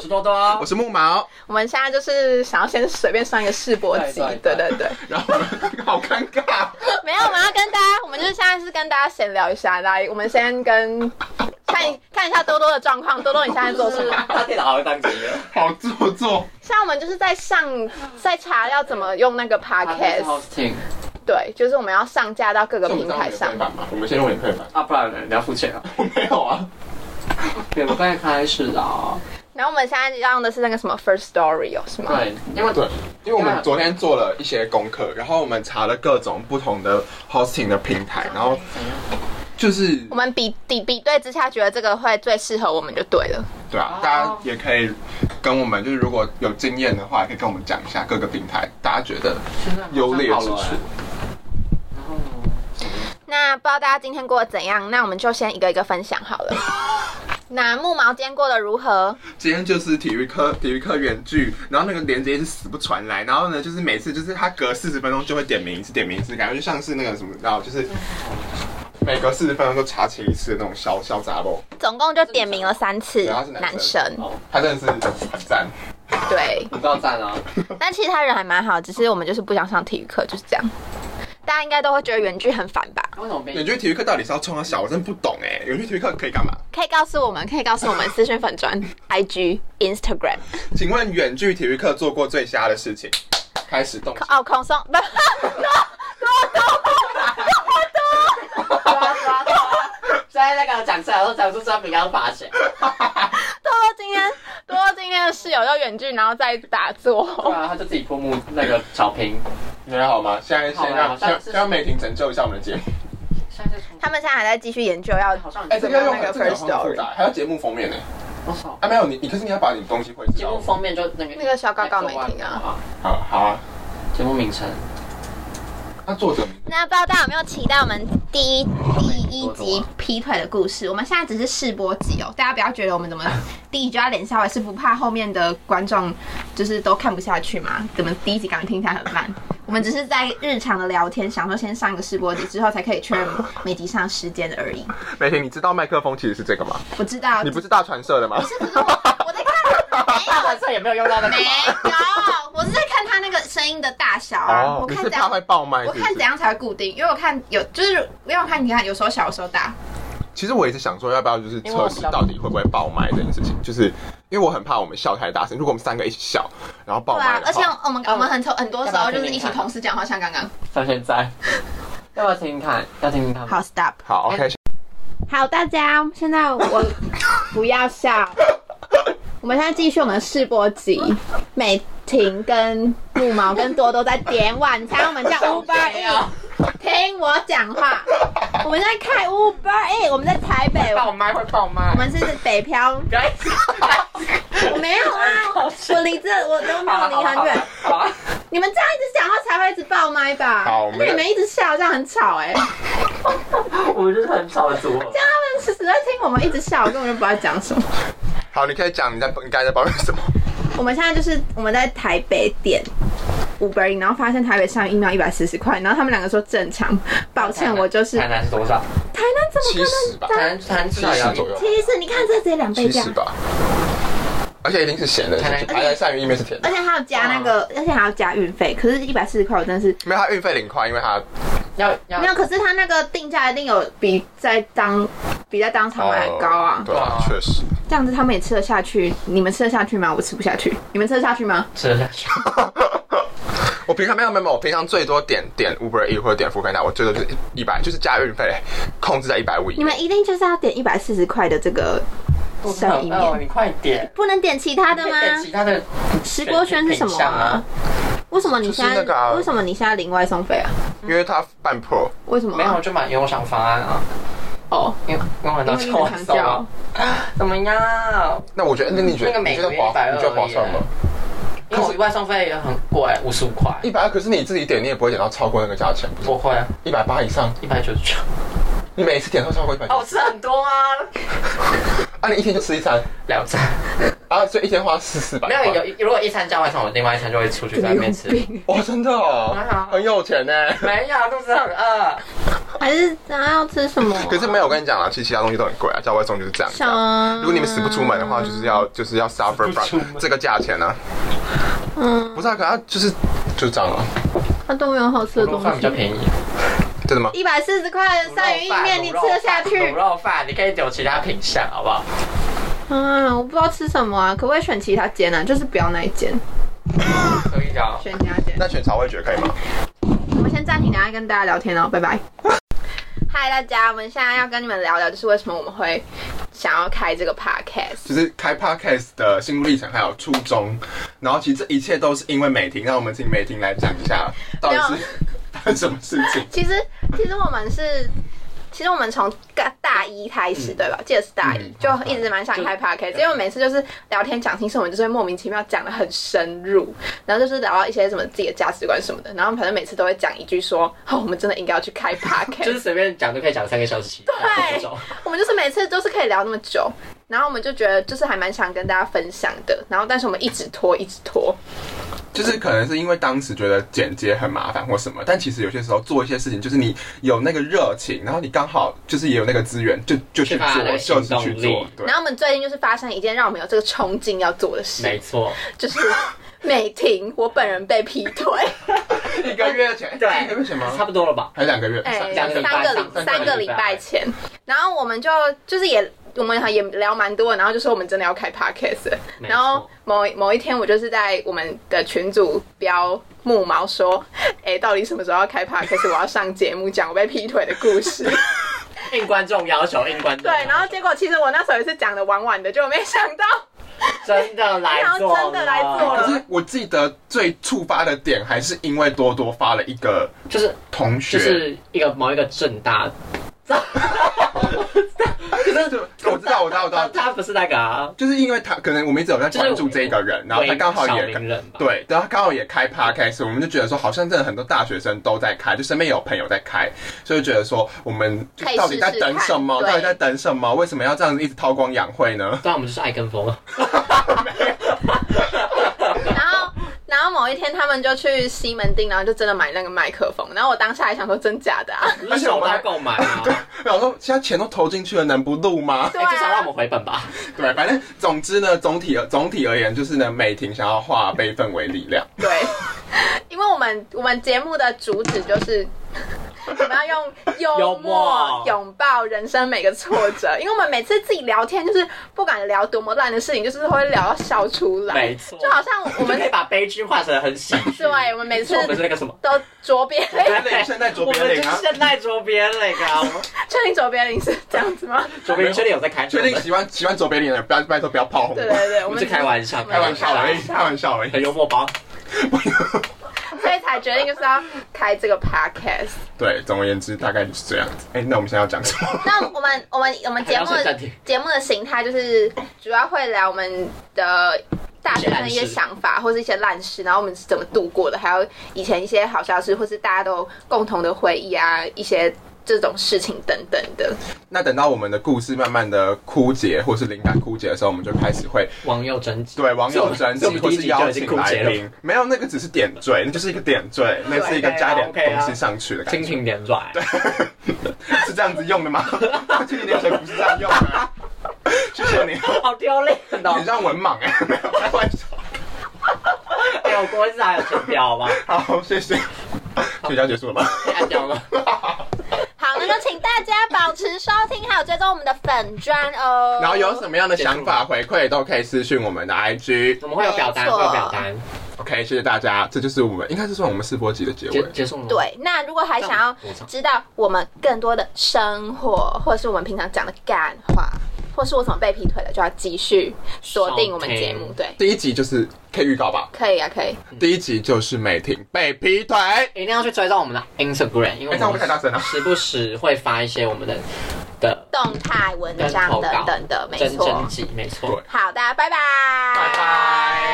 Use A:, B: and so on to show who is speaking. A: 是多啊多，
B: 我是木毛，
C: 我们现在就是想要先随便上一个试播集
A: 对，对
C: 对
A: 对
C: 对对，
B: 然后我们好尴尬，
C: 没有，我们要跟大家，我们就是现在是跟大家闲聊一下，来，我们先跟看一看一下多多的状况，多多你现在做什么？
A: 他电脑好像当机了，
B: 好做作。
C: 像我们就是在上在查要怎么用那个
A: 他是
C: podcast，
A: hosting
C: 对，就是我们要上架到各个
B: 这我们
C: 平
B: 当
C: 台
B: 免
C: 上
B: 费。版嘛，我们先用免费版。
A: 啊，不然呢你要付钱啊？
B: 我没有啊，
A: 免费开始啊，
C: 然后我们现在用的是那个什么 First Story 哦，是吗？
A: 对，因为
B: 对，因为我们昨天做了一些功课，然后我们查了各种不同的 hosting 的平台，然后就是
C: 我们比比比对之下，觉得这个会最适合我们就对了。
B: 对啊
A: 哦，
B: 大家也可以跟我们，就是如果有经验的话，也可以跟我们讲一下各个平台大家觉得
A: 现在
B: 优劣
A: 好
B: 之
A: 像好了
B: 处
A: 欸。然后
C: 那不知道大家今天过得怎样？那我们就先一个一个分享好了。那木毛今天过得如何？
B: 今天就是体育课，体育课远距，然后那个连接是死不传来，然后呢，就是每次就是他隔四十分钟就会点名一次，点名一次，感觉就像是那个什么，然后就是每隔四十分钟都查寝一次的那种小小杂包，
C: 总共就点名了三次
B: 对他是男
C: 男
B: 生
C: 生，
B: 他真的是很赞。
C: 对。
A: 你不要赞啊！
C: 但其他人还蛮好，只是我们就是不想上体育课，就是这样。大家应该都会觉得远距很烦吧？
A: 为什么
B: 远
A: 没？
B: 距体育课到底是要冲他小，我真的不懂哎、远距体育课可以干嘛？
C: 可以告诉我们，可以告诉我们私讯粉砖、IG、Instagram。
B: 请问远距体育课做过最瞎的事情？开始 动手。
C: 哦，空松不，
A: 在那个讲出来，我讲出专门要罚 钱。
C: 多多今天多多今天的室友又远距，然后再打坐。
A: 对啊，他就自己泼木那个草坪。
B: 你还好吗？现在
A: 好啊
B: 先让
A: 好像
B: 先
A: 是
B: 先让美婷拯救一下我们的节目。
A: 现在就
C: 他们现在还在继续研究要
A: 好像
B: 哎、这个要用
C: 那个
B: 这个
C: first
B: 好复杂，还要节目封面呢、
A: 多少？
B: 啊，没有你，你可是你要把你的东西绘制
A: 节
B: 好
A: 目封面就那个
C: 那个小高高没听啊。
B: 好好啊，
A: 节目名称
B: 那作者名字
C: 那不知道大家有没有期待我们第一第一集劈腿的故事？我们现在只是试播集哦，大家不要觉得我们怎么第一集就要脸稍微是不怕后面的观众就是都看不下去嘛？怎么第一集感觉听起来很烂？我们只是在日常的聊天，想说先上一个试播集，之后才可以确认每集上时间而已。
B: 美婷，你知道麦克风其实是这个吗？
C: 我啊知道，
B: 你不是大传社的吗？
C: 是可是我我在 看，没有
A: 大晚上也没有用到那个
C: 没。有，我是在看他那个声音的大小啊，我
B: 哦你
C: 看
B: 是
C: 怎
B: 怕
C: 样
B: 会爆麦是
C: 我
B: 不是？
C: 看怎样才会固定，因为我看有就是因为我看你看有时候小有时候大，
B: 其实我也是想说，要不要就是测试到底会不会爆麦这件事情，就是因为我很怕我们笑太大声。如果我们三个一起笑，然后爆
C: 对
B: 麦
C: 啊，
B: 的
C: 而且
B: 话，
C: 我们我们很多很多时候就是一起
A: 要不要听听看
C: 同时讲话，像刚刚。
A: 到现 在，要不要听听看？要听听看吗？
C: 好，stop。
B: 好，OK，
C: 哎好，大家现在 我不要笑，我们现在继续我们的试播集，美婷跟木毛跟多多在点晚餐，我 们叫 Uber Eats。听我讲话，我们在开 Uber Eats，我们在台北，
A: 爆麦会爆麦
C: 我。们是北漂，
A: 不要一直
C: 我没有啊，我离这我都没有离很远。。
A: 好啊，
C: 你们这样一直讲话才会一直爆麦吧？
B: 好
C: 而
B: 没
C: 且
B: 有
C: 你们一直笑，这样很吵哎、欸。
A: 我们就是很吵的组合。
C: 他们是实在听我们一直笑，我根本就不知道讲什么。
B: 好，你可以讲你在你刚才在抱怨什么？
C: 我们现在就是我们在台北点 Uber，Eats，然后发现台北上一秒一百四十块，然后他们两个说正常，抱歉，我就是
A: 台
C: 台
A: 南是多少？
C: 南怎么
B: 七
C: 可
B: 十吧，
A: 台南台南至
B: 七
A: 少也要
B: 十左右，
C: 能？其实你看这直接两倍
B: 七
C: 价
B: 十，吧，而且一定是咸的，
A: 台南
B: 台南鳝鱼意面是甜的
C: 而，且还要加那个，而且还要加运费，可是一百四十块我真的是
B: 没有它运费零块，因为它
A: 要要
C: 没有，可是他那个定价一定有比在当比在当场买的高啊。
B: 对啊，确实。
C: 这样子他们也吃得下去，你们吃得下去吗？我吃不下去，你们吃得下去吗？
A: 吃得下去。
B: 我平常没有没有，没有我平常最多点点 Uber E 或者点 f o o 我最多就是一百，就是加运费控制在一百五以
C: 你
B: 内。
C: 们一定就是要点一百四十块的这个生意
A: 哦，
C: 面，
A: 你快点。哎
C: 不能点其他的吗？
A: 点其他的
C: 石锅轩是什么
A: 品
B: 哎
A: 相
C: 啊
A: 啊？
C: 为什么你现
B: 就是
C: 在
B: 那个啊
C: 为什么你现在领外送费啊？
B: 因为它办 Pro，
C: 为什么啊？
A: 没有，就买优赏方案啊，
C: 哦，
A: 因为用很多
C: 因为
A: 钱
C: 你很
A: 我
C: 常
A: 送啊。怎么样？
B: 那我觉得那你觉
A: 那
B: 得
A: 个
B: 你
A: 每
B: 觉
A: 个
B: 得
A: 月
B: 划
A: 120
B: 你觉得划算吗？
A: 因为我外送费很贵，五十五块。
B: 一百二，可是你自己点你也不会点到超过那个价钱，不是？
A: 我会啊，
B: 一百八以上，
A: 一百九十九。
B: 你每一次点都超过一百
A: 啊，我
B: 九，
A: 吃很多啊，
B: 啊，你一天就吃一餐，
A: 两 餐。
B: 啊，所以一天花四四百
A: 没有
B: 块，
A: 有，如果一餐叫外送，我另外一餐就会出 去在外面吃。
C: 病。
B: 哇，真的哦
A: 还好，
B: 很有钱呢。
A: 没有，肚子很饿。
C: 还是咱要吃什么啊？
B: 可是没有，我跟你讲啊，其实其他东西都很贵啊，叫外送就是这样子啊。
C: 像
B: 如果你们死不出门的话，就是要就是 要 suffer
D: 不出
B: from
D: 门
B: 这个价钱呢、啊。
C: 嗯，
B: 不是啊，可它就是就这样啊，
C: 它都没有好吃的
D: 卤肉
C: 东
D: 饭比较
C: 西。
D: 便宜，
B: 真的吗？
C: 一百四十块的鳝鱼意面，你吃得下
D: 卤
C: 去？
D: 肉饭你可以有其他品相，好不好？
C: 啊，我不知道吃什么啊，可不可以选其他间啊？就是不要那一间，
D: 可以啊。
C: 选其他间。
B: 那选茶味觉可以吗？
C: 我们先暂停，等一下跟大家聊天哦，拜 拜。嗨，大家，我们现在要跟你们聊聊，就是为什么我们会想要开这个 podcast。
B: 就是开 podcast 的心路历程还有初衷，然后其实这一切都是因为美婷，让我们请美婷来讲一下到底
C: 没
B: 是 发生什么事情。
C: 其实，其实我们是，其实我们从大大一开始，对吧？记得是大一
B: 嗯，
C: 就一直蛮想开 podcast，因为我每次就是聊天讲心事，我们就是会莫名其妙讲的很深入，然后就是聊到一些什么自己的价值观什么的，然后反正每次都会讲一句说，哦，我们真的应该要去 开 podcast，
D: 就是随便讲就可以讲三个小时起，
C: 对
D: 这种
C: 我们就是每次都是可以聊那么久，然后我们就觉得就是还蛮想跟大家分享的，然后但是我们一直拖，一直拖，
B: 就是可能是因为当时觉得剪接很麻烦或什么，但其实有些时候做一些事情，就是你有那个热情，然后你刚好就是也有那个资源，就就去
D: 缺乏那
B: 做，
D: 个行
B: 就是
D: 动
B: 去
D: 力
B: 做。对
C: 然，后我们最近就是发生一件让我们有这个冲劲要做的事
D: 没，错，
C: 就是美婷，我本人被劈腿，
B: 一个月前，
D: 对
B: 一个月前吗？
D: 差不多了吧？
B: 还是两个月？
C: 哎、
D: 两个礼拜
C: 三个礼
D: 上
C: 三个礼拜前，然后我们就就是也。我们也聊蛮多的，然后就说我们真的要开 podcast，了
D: 没
C: 然后
D: 错
C: 某某一天我就是在我们的群组标木毛说，哎、到底什么时候要开 podcast？我要上节目讲我被劈腿的故 事。
D: 应观众要求，应观众
C: 对
D: 要求。，
C: 然后结果其实我那时候也是讲的晚晚的，就没想 到
D: 真的来做，
C: 真的来做了
B: 可是我记得最触发的点还是因为多多发了一个
D: 就是
B: 同学，
D: 就是一个某一个正 大，可是
B: 我知道，我知道，我知道，
D: 他不是那个啊，
B: 就是因为他可能我们一直有在关注这一个人，然后他刚好
D: 小
B: 也
D: 名人吧，
B: 对，然后他刚好也开 podcast，我们就觉得说好像真的很多大学生都在开，就身边有朋友在开，所以就觉得说我们就
C: 可以
B: 到底在
C: 试试看
B: 等什么？
C: 对
B: 到底在等什么？为什么要这样子一直韬光养晦呢？
D: 对啊，我们就是爱跟风啊，
C: 然后，然后某一天他们就去西门町，然后就真的买那个麦克风。然后我当下还想说，真假的啊？
D: 你是手到购买啊，
B: 我想说现在钱都投进去了，能不录吗？
C: 对
D: 哎，至少让我
C: 啊
D: 们，回本吧，
B: 对，反正总之呢，总体总体而言，就是呢，美婷想要化悲愤为力量，
C: 对，因为我们我们节目的主旨就是。 我们要用幽
D: 幽
C: 默
D: 默
C: 拥抱人生每个挫折，因为我们每次自己聊天，就是不管聊多么烂的事情，就是会聊到笑出来，
D: 没
C: 啊
D: 错
C: 就好像我
D: 我们
C: 们
D: 可以把悲剧化成很喜剧，
C: 对，我们每次
D: 是我们是那个什么。
C: 都卓别
D: 哎
C: 林，
B: 对现在左
D: 我
B: 边
D: 们
B: 领
D: 就
B: 啊
D: 是。现在桌边那个啊，我们
C: 确定卓别林是这样子吗？
D: 左边确定有在开，
B: 确定喜欢喜欢左边领的，不要拜托不要炮轰
C: 对
B: 我，
C: 对对，我
D: 我们
C: 们
D: 是开玩笑，
B: 开玩笑而已，开玩笑而已。
D: 很幽默包。
C: 所以才决定就是要开这个 podcast。
B: 对，总而言之大概就是这样子。哎、那我们现在要讲什么？
C: 那我们我们我们节目
D: 还要先暂停
C: 节目的形态就是主要会聊我们的大学生一些想法，或是一些烂事，然后我们是怎么度过的，还有以前一些好消息，或是大家都共同的回忆啊，一些这种事情等等的。
B: 那等到我们的故事慢慢的枯竭，或是灵感枯竭的时候，我们就开始会
D: 网友征集，
B: 对网友征
D: 这我
B: 集，
D: 们
B: 或
D: 第一
B: 是
D: 集就
B: 邀
D: 已经
B: 请
D: 枯
B: 来
D: 竭了
B: 宾。没有，那个只是点缀，那就是一个点缀，那是一个加点
D: OK 啊
B: 东西上去的感
D: 蜻
B: 觉，
D: 蜓点拽，
B: 是这样子用的吗？这个流程不是这样用的。谢谢你，
D: 好丢脸哦
B: 你！让文盲哎、没有开玩笑。
D: 哎、我国字还有剪掉吗？
B: 好，谢谢。睡觉结束了吗？
D: 你按掉吗？
C: 好，那就请大家保持收听，还有追踪我们的粉砖哦。
B: 然后有什么样的想法回馈都可以私讯我们的 IG。
D: 我们会有表单，
C: 没错
D: 会有表单，
B: OK，谢谢大家，这就是我们应该是算我们试播集的结尾
D: 结。结束了吗？，
C: 对，那如果还想要知道我们更多的生活，或者是我们平常讲的干话，或是我怎么被劈腿的，就要继续锁定我们节目
D: 收。听
C: 对，
B: 第一集就是可以预告吧？
C: 可以啊，可以。
B: 第一集就是美婷被劈腿。
A: 嗯
D: 一定要去追踪我们的 Instagram，因
B: 哎、
D: 为
B: 这样
D: 我
B: 会太
D: 们
B: 大声了、
D: 时不时会发一些我们的的
C: 动态文章等等的，没
D: 真
C: 错
D: 真。集，没错
B: 对。
C: 好的，拜拜，
D: 拜拜。